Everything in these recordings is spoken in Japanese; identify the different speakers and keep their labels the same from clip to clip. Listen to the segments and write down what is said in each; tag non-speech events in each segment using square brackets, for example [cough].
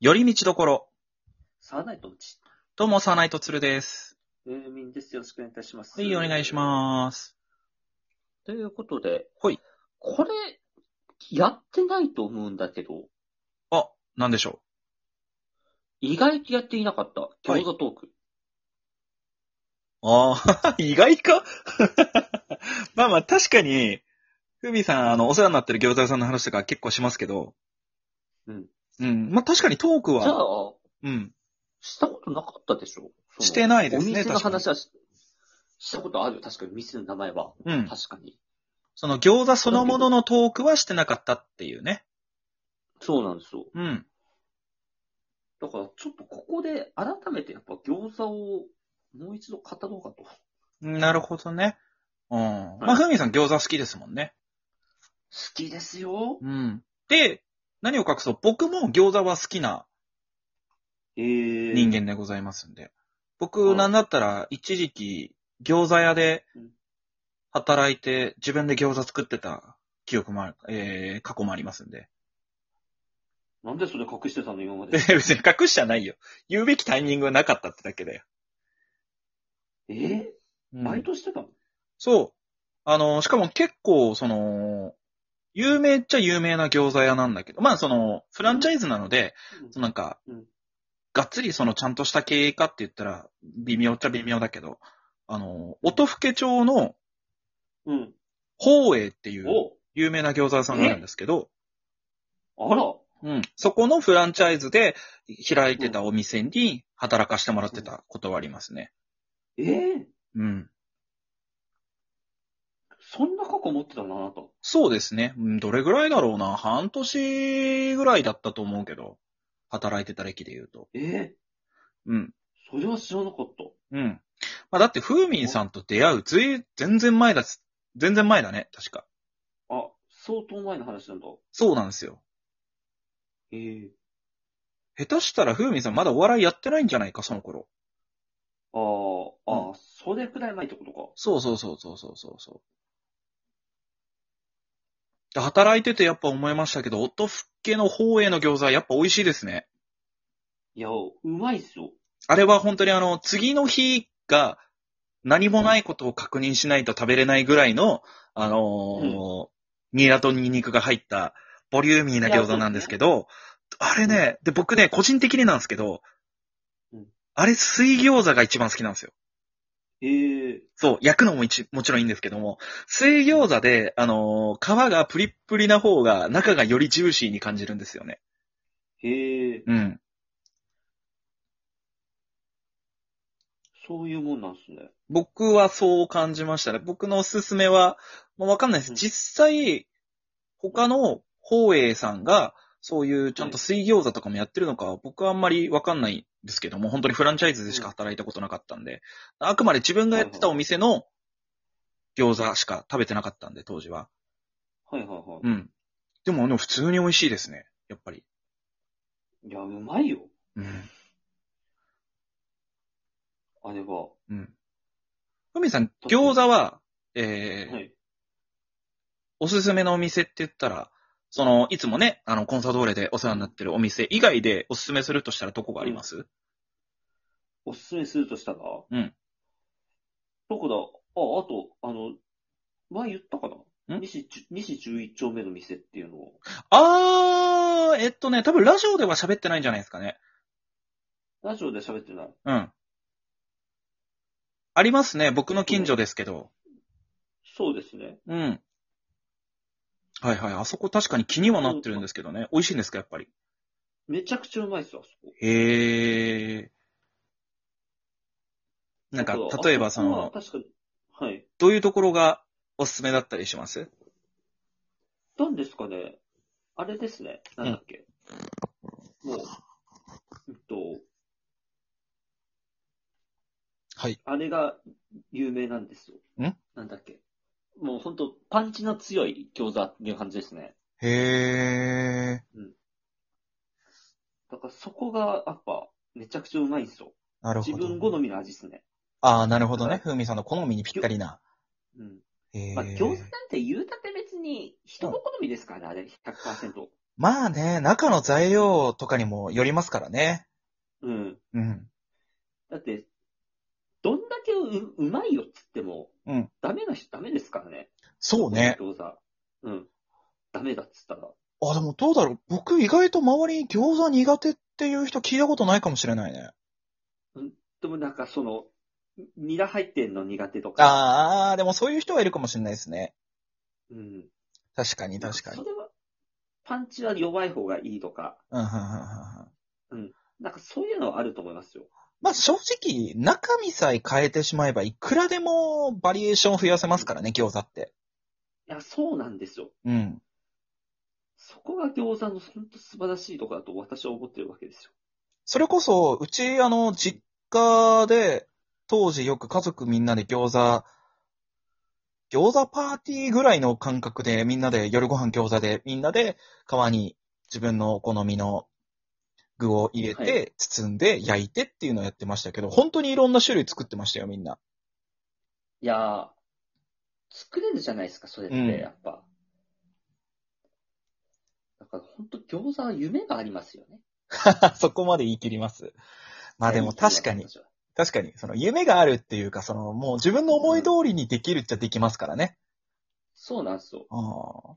Speaker 1: 寄り道どころ。
Speaker 2: サーナイトうち。
Speaker 1: どうも、サーナイトツルです。
Speaker 2: えー、みんです。よろしくお願いいたします。
Speaker 1: はい、お願いします。
Speaker 2: す。ということで、
Speaker 1: ほい。
Speaker 2: これ、やってないと思うんだけど、
Speaker 1: あ、なんでしょ
Speaker 2: 意外とやっていなかった。
Speaker 1: はい
Speaker 2: 餃子トーク。
Speaker 1: う。ああ、 [laughs] 意外かまあまあ、確かに、ふみさん、あの、お世話になってる餃子屋さんの話とか結構しますけど。
Speaker 2: うん。
Speaker 1: うん。まあ確かにトーク
Speaker 2: じゃあ
Speaker 1: は、、うん。
Speaker 2: したことなかったでしょその
Speaker 1: してないですね
Speaker 2: お店の
Speaker 1: 確かに
Speaker 2: 話はししたことあるよ。確かに、店の名前は。
Speaker 1: うん。
Speaker 2: 確かに。
Speaker 1: その餃子そのもののトークはしてなかったっていうね。
Speaker 2: そうなんですよ。
Speaker 1: うん。
Speaker 2: だから、ちょっとここで、改めてやっぱ餃子を、もう一度語ろうかと。
Speaker 1: なるほどね。うん。
Speaker 2: は
Speaker 1: まあ、
Speaker 2: い
Speaker 1: ふみさん餃子好きですもんね。
Speaker 2: 好きですよ。
Speaker 1: うん。で、何を隠そう、僕も餃子は好きな
Speaker 2: えー
Speaker 1: 人。間でございますんで。僕、
Speaker 2: うん
Speaker 1: なんだったら、一時期、餃子屋で
Speaker 2: うん
Speaker 1: 働いて、自分で餃子作ってた記憶もある、えー、過去もありますんで。
Speaker 2: なんでそれ隠してたの今ま
Speaker 1: で
Speaker 2: で。
Speaker 1: [laughs] 別に隠しちゃないよ。言うべきタイミングがなかったってだけだよ。
Speaker 2: えー
Speaker 1: うん
Speaker 2: バイトしてたの、
Speaker 1: そう。あの、しかも結構、その、有名っちゃ有名な餃子屋なんだけど、まあその、フランチャイズなので、そのなんか
Speaker 2: うん、
Speaker 1: がっつりそのちゃんとした経営かって言ったら、微妙っちゃ微妙だけど、あの、音更町の
Speaker 2: うん。
Speaker 1: 宝永っていう
Speaker 2: お
Speaker 1: 有名な餃子屋さんがあるんですけど、
Speaker 2: あら
Speaker 1: うん、そこのフランチャイズで開いてたお店に働かしてもらってたことはありますね。
Speaker 2: ええ
Speaker 1: うん。
Speaker 2: そんな過去持ってたのあなた。
Speaker 1: そうですね。うんどれぐらいだろうな。半年ぐらいだったと思うけど、働いてた歴で言うと。
Speaker 2: ええ
Speaker 1: うん。
Speaker 2: それは知らなかった。
Speaker 1: うん。まあ、だって、ふーみんさんと出会うずい、全然前だつ、全然前だね。確か。
Speaker 2: あ、相当前の話なんだ。
Speaker 1: そうなんですよ。
Speaker 2: ええ
Speaker 1: 下手したら、ふーみんさんまだお笑いやってないんじゃないか、その頃。
Speaker 2: あーあー、
Speaker 1: う
Speaker 2: それくらい前ってことか。
Speaker 1: そうそうそうそうそうそうそう。で働いててやっぱ思いましたけど、音ふっけの方への餃子はやっぱ美味しいですね。
Speaker 2: いや、うまいっすよ。
Speaker 1: あれは本当にあの、次の日が何もないことを確認しないと食べれないぐらいの、あのーニラとニンニクが入ったボリューミーな餃子なんですけど、あれね、で、僕ね、個人的になんですけど
Speaker 2: うん、
Speaker 1: あれ水餃子が一番好きなんですよ。
Speaker 2: ええ
Speaker 1: そう、焼くのも一もちろんいいんですけども、水餃子で、あのー皮がプリップリな方が、中がよりジューシーに感じるんですよね。
Speaker 2: ええ
Speaker 1: うん。
Speaker 2: そういうもんなんすね。
Speaker 1: 僕はそう感じましたね。僕のおすすめは、まあ、わかんないで
Speaker 2: う
Speaker 1: す。
Speaker 2: ん
Speaker 1: 実際、他の宝永さんが、そういうちゃんと水餃子とかもやってるのかは、僕はあんまりわかんないんですけども、本当にフランチャイズでしか働いたことなかったんで、あくまで自分がやってたお店の餃子しか食べてなかったんで、当時は。
Speaker 2: はいはいは
Speaker 1: うん。でも、あの、普通に美味しいですね。やっぱり。
Speaker 2: い。いや、うまいよ。
Speaker 1: うん。
Speaker 2: あれは。は
Speaker 1: うん。ふみさん、餃子は、えー、
Speaker 2: い。
Speaker 1: おすすめのお店って言ったら、その、いつもね、あの、コンサドーレでお世話になってるお店以外でおすすめするとしたらどこがあります、
Speaker 2: おすすめするとしたら
Speaker 1: うん。
Speaker 2: どこだあ、あと、あの、前言ったかなん西十西11丁目の店っていうのを。
Speaker 1: あー、えっとね、多分ラジオでは喋ってないんじゃないですかね。
Speaker 2: ラジオで喋ってない。
Speaker 1: うん。ありますね、僕の近所ですけど。
Speaker 2: そうですね。
Speaker 1: うん。はいはい、あそこ確かに気にはなってるんですけどね。美味しいんですか、やっぱり。
Speaker 2: めちゃくちゃうまいっすよ、あそこ。
Speaker 1: へー。なんか
Speaker 2: あ、と
Speaker 1: 例えばそ
Speaker 2: あ
Speaker 1: の
Speaker 2: こ、は確かに。はい。
Speaker 1: どういうところがおすすめだったりします
Speaker 2: なんですかね。あれですね。なんだっけ。もう、えっと、
Speaker 1: はい。
Speaker 2: あれが有名なんですよ。
Speaker 1: ん
Speaker 2: なんだっけ。もうほんと、パンチの強い餃子っていう感じですね。
Speaker 1: へー。
Speaker 2: だからそこが、やっぱ、めちゃくちゃうまいっすよ。
Speaker 1: なるほ
Speaker 2: 自
Speaker 1: ど。
Speaker 2: 分好みの味っすね。
Speaker 1: ああ、なるほど
Speaker 2: はい
Speaker 1: ね。ふうみさんの好みにぴったりな。
Speaker 2: うん。
Speaker 1: へー
Speaker 2: まあ、餃子なんて言うたって別に、人
Speaker 1: うん
Speaker 2: の好みですからね、あれ、100%。
Speaker 1: まあね、中の材料とかにもよりますからね。
Speaker 2: うん。
Speaker 1: うん。
Speaker 2: だって、どんだけううまいよっつっても、
Speaker 1: うん
Speaker 2: ダメな人ダメですからね。
Speaker 1: そうね。
Speaker 2: 餃子。うん。ダメだっつったら。
Speaker 1: あ、でもどうだろう。僕意外と周りに餃子苦手っていう人聞いたことないかもしれないね。
Speaker 2: でもなんかその、ニラ入ってんの苦手とか。
Speaker 1: ああ、でもそういう人はいるかもしれないですね。
Speaker 2: うん。
Speaker 1: 確かに、確かに
Speaker 2: そ。れは、パンチは弱い方がいいとか、
Speaker 1: うん、うん、うん、うんうん。
Speaker 2: なんかそういうのはあると思いますよ。
Speaker 1: まあ正直、中身さえ変えてしまえば、いくらでもバリエーション増やせますからね、餃子って。
Speaker 2: いや、そうなんですよ。
Speaker 1: うん。
Speaker 2: そこが餃子の本当素晴らしいとこだと私は思ってるわけですよ。
Speaker 1: それこそ、うち、あの、実家で、当時よく家族みんなで餃子、餃子パーティーぐらいの感覚で、みんなで夜ご飯餃子で、みんなで皮に自分のお好みの具を入れて、
Speaker 2: は
Speaker 1: 包んで焼いてっていうのをやってましたけど、本当にいろんな種類作ってましたよ、みんな。 [laughs]
Speaker 2: いやー、作れるじゃないですか、それっ
Speaker 1: うん
Speaker 2: て、やっぱ。だから本当餃子は夢がありますよね。
Speaker 1: そこまで言い切ります。まあでも確かに、
Speaker 2: 私は。
Speaker 1: 確かに、その夢があるっていうか、そのもう自分の思い通りにできるっちゃできますからね。
Speaker 2: そうなんですよ。
Speaker 1: ああ。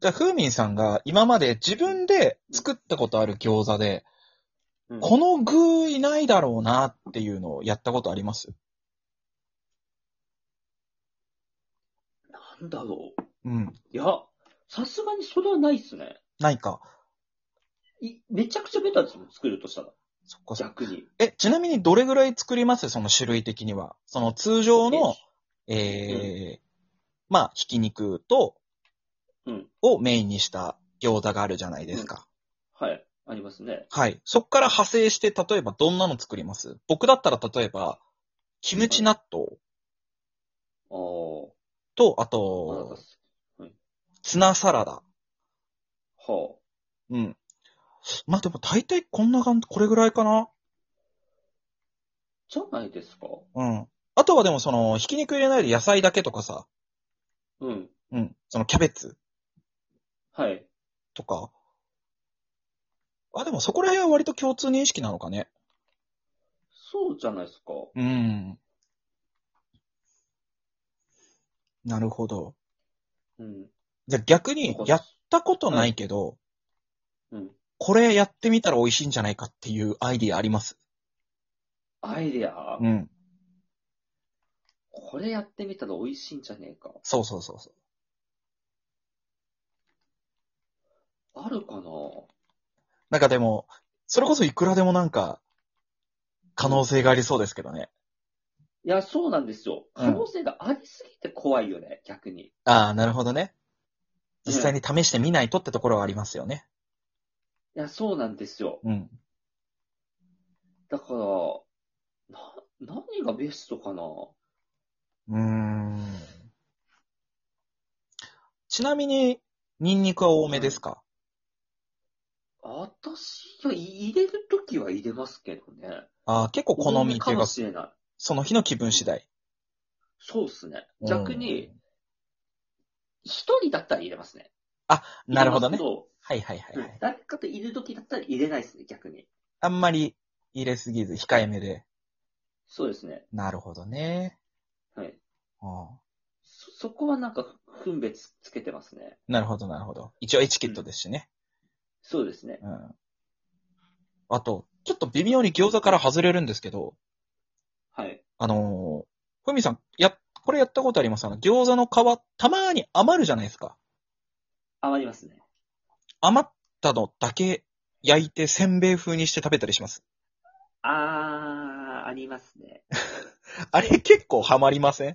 Speaker 1: じゃあ、ふーみんさんが今まで自分で作ったことある餃子で、
Speaker 2: うん
Speaker 1: この具いないだろうなっていうのをやったことあります
Speaker 2: なんだろう。
Speaker 1: うん。
Speaker 2: いや、さすがにそれはないっすね。
Speaker 1: ないか。
Speaker 2: いめちゃくちゃベタですもん、作るとしたら。
Speaker 1: そっかそっか。
Speaker 2: 逆に。
Speaker 1: え、ちなみにどれぐらい作りますその種類的には。その通常の、ええまあ、ひき肉と、
Speaker 2: うん
Speaker 1: をメインにした餃子があるじゃないですか。
Speaker 2: はい、ありますね。
Speaker 1: はい。そっから派生して、例えばどんなの作ります僕だったら例えば、キムチ納豆
Speaker 2: あー
Speaker 1: と、あ
Speaker 2: あなた
Speaker 1: と
Speaker 2: っ、す
Speaker 1: ツナサラダ。
Speaker 2: はあ。
Speaker 1: うん。まあ、でも大体こんな感じ、これぐらいかな
Speaker 2: じゃないですか。
Speaker 1: うん。あとはでもその、ひき肉入れないで野菜だけとかさ、
Speaker 2: うん。
Speaker 1: うん。そのキャベツ
Speaker 2: はい。
Speaker 1: とか。あ、でもそこら辺は割と共通認識なのかね。
Speaker 2: そうじゃないですか。
Speaker 1: うん。なるほど。
Speaker 2: うん。
Speaker 1: じゃあ逆に、やったことないけど、
Speaker 2: うん。
Speaker 1: これやってみたら美味しいんじゃないかっていうアイディアあります。
Speaker 2: アイデア、
Speaker 1: うん。
Speaker 2: これやってみたら美味しいんじゃねえか。
Speaker 1: そうそうそうそう。
Speaker 2: あるかな
Speaker 1: なんかでも、それこそいくらでもなんか、可能性がありそうですけどね。
Speaker 2: いや、そうなんですよ。
Speaker 1: うん
Speaker 2: 可能性がありすぎて怖いよね、逆に。
Speaker 1: ああ、なるほどね。実際に試してみないとってところはありますよね。
Speaker 2: いや、そうなんですよ。
Speaker 1: うん。
Speaker 2: だから、な、何がベストかな
Speaker 1: うーん。ちなみに、ニンニクは多めですか、
Speaker 2: 私が入れるときは入れますけどね。
Speaker 1: ああ、結構好みって
Speaker 2: か
Speaker 1: いう
Speaker 2: も
Speaker 1: か、
Speaker 2: しれない。
Speaker 1: その日の気分次第。
Speaker 2: そうっすね。逆
Speaker 1: う
Speaker 2: に
Speaker 1: ん、、
Speaker 2: 一人だったら入れますね。
Speaker 1: なるほどね
Speaker 2: 入。れます
Speaker 1: はいはいは
Speaker 2: け
Speaker 1: い、
Speaker 2: ど
Speaker 1: はい。
Speaker 2: 誰かといるときだったら入れないですね、逆に。
Speaker 1: あんまり入れすぎず、控えめで。
Speaker 2: そうですね。
Speaker 1: なるほどね。
Speaker 2: はい。
Speaker 1: ああ
Speaker 2: そ、そこはなんか分別つけてますね。
Speaker 1: なるほどなるほど。一応エチケットですしね。
Speaker 2: そうですね。
Speaker 1: うん。あと、ちょっと微妙に餃子から外れるんですけど、
Speaker 2: はい。
Speaker 1: あのー、ふみさん、や、これやったことありますあの、餃子の皮、たまーに余るじゃないですか。
Speaker 2: 余りますね。
Speaker 1: 余ったのだけ焼いてせんべい風にして食べたりします。
Speaker 2: あー、ありますね。
Speaker 1: あれ結構ハマりませんい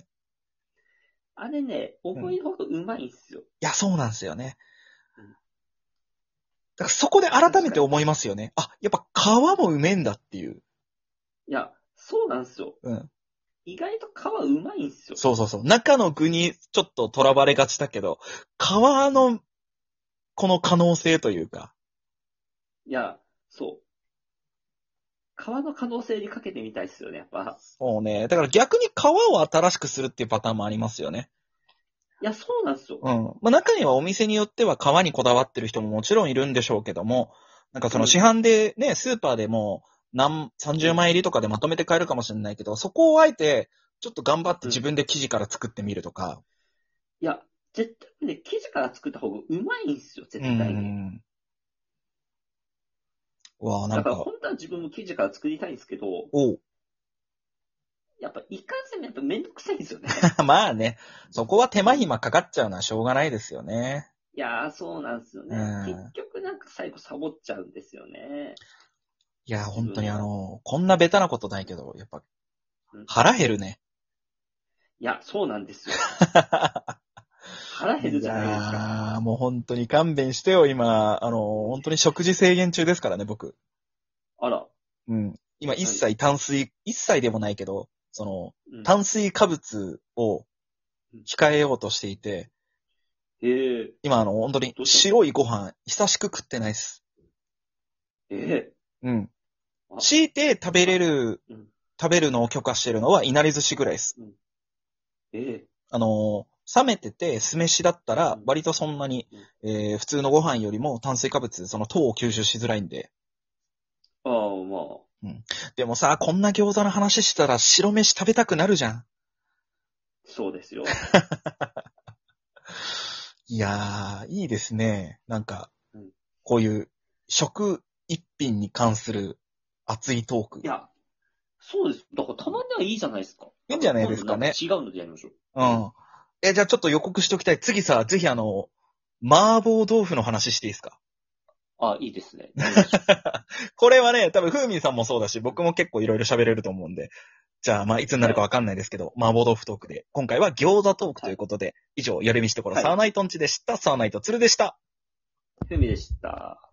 Speaker 2: あれね、思いのほどうまいんすよ。
Speaker 1: や、そうなんですよね
Speaker 2: うん。
Speaker 1: だからそこで改めて思いますよね。あ、やっぱ皮もうめえんだっていう。
Speaker 2: いや、そうなんすよ。
Speaker 1: うん。
Speaker 2: 意外と皮うまいんすよ。
Speaker 1: そうそうそう。中の具にちょっと囚われがちだけど、皮の、この可能性というか。
Speaker 2: いや、そう。皮の可能性にかけてみたいっすよね、やっぱ。
Speaker 1: そうね。だから逆に皮を新しくするっていうパターンもありますよね。
Speaker 2: いや、そうなんですよ。
Speaker 1: うん。まあ、中にはお店によっては皮にこだわってる人ももちろんいるんでしょうけども、なんかその市販でね、スーパーでも何、30枚入りとかでまとめて買えるかもしれないけど、そこをあえて、ちょっと頑張って自分で生地から作ってみるとか。
Speaker 2: いや、絶対ね、生地から作った方がうまいんですよ、絶
Speaker 1: う
Speaker 2: 対に。
Speaker 1: ん。うわあな
Speaker 2: だ
Speaker 1: ん
Speaker 2: から
Speaker 1: か、
Speaker 2: 本当は自分も生地から作りたいんですけど、
Speaker 1: おう
Speaker 2: やっぱいかんせんやっぱめんどくさいんですよね。
Speaker 1: [laughs] まあね、そこは手間暇かかっちゃうのはしょうがないですよね。
Speaker 2: いやー、そうなんですよね。
Speaker 1: うん
Speaker 2: 結局なんか最後サボっちゃうんですよね。
Speaker 1: いや、本当にあの、こんなベタなことないけど、やっぱ
Speaker 2: うん、
Speaker 1: 腹減るね。
Speaker 2: いや、そうなんです
Speaker 1: [laughs]
Speaker 2: よ。腹減るじゃないですか。
Speaker 1: やーもう本当に勘弁してよ、今。あの、本当に食事制限中ですからね、僕。
Speaker 2: あら。
Speaker 1: うん。今、一切炭水、一切でもないけど、その、
Speaker 2: うん、
Speaker 1: 炭水化物を控えようとしていて、
Speaker 2: えー、
Speaker 1: 今、あの、本当に白いご飯、久しく食ってないっす。
Speaker 2: え
Speaker 1: うん。
Speaker 2: あ
Speaker 1: 強いて食べれる
Speaker 2: うん、
Speaker 1: 食べるのを許可してるのは、いなり寿司ぐらいです。
Speaker 2: ー、え
Speaker 1: あのー冷めてて酢飯だったら
Speaker 2: うん、
Speaker 1: 割とそんなに、えー普通のご飯よりも炭水化物、その糖を吸収しづらいんで。
Speaker 2: ー、ああ、まあ。
Speaker 1: でもさ、こんな餃子の話したら白飯食べたくなるじゃん。
Speaker 2: そうです
Speaker 1: [laughs]
Speaker 2: よ。
Speaker 1: いやー、いいですね。なんか
Speaker 2: うん、
Speaker 1: こういう食一品に関する熱いトーク
Speaker 2: い。や、そうです。だからたまにはいいじゃないですか。
Speaker 1: いいんじゃないですかね
Speaker 2: 今度なん違うのでやりましょう。
Speaker 1: うん。え、じゃあちょっと予告しておきたい。次さ、ぜひあの、麻婆豆腐の話していいですか
Speaker 2: あ、いいで
Speaker 1: [laughs]
Speaker 2: すね。
Speaker 1: これはね、多分、ふーみんさんもそうだし、僕も結構いろいろ喋れると思うんで。じゃあ、まあ、いつになるかわかんないですけど、麻婆豆腐トークで。今回は餃子トークということで、以上、夜道ところ、
Speaker 2: はい
Speaker 1: サーナイトンチでした。サーナイトツルでした。
Speaker 2: ふみでした。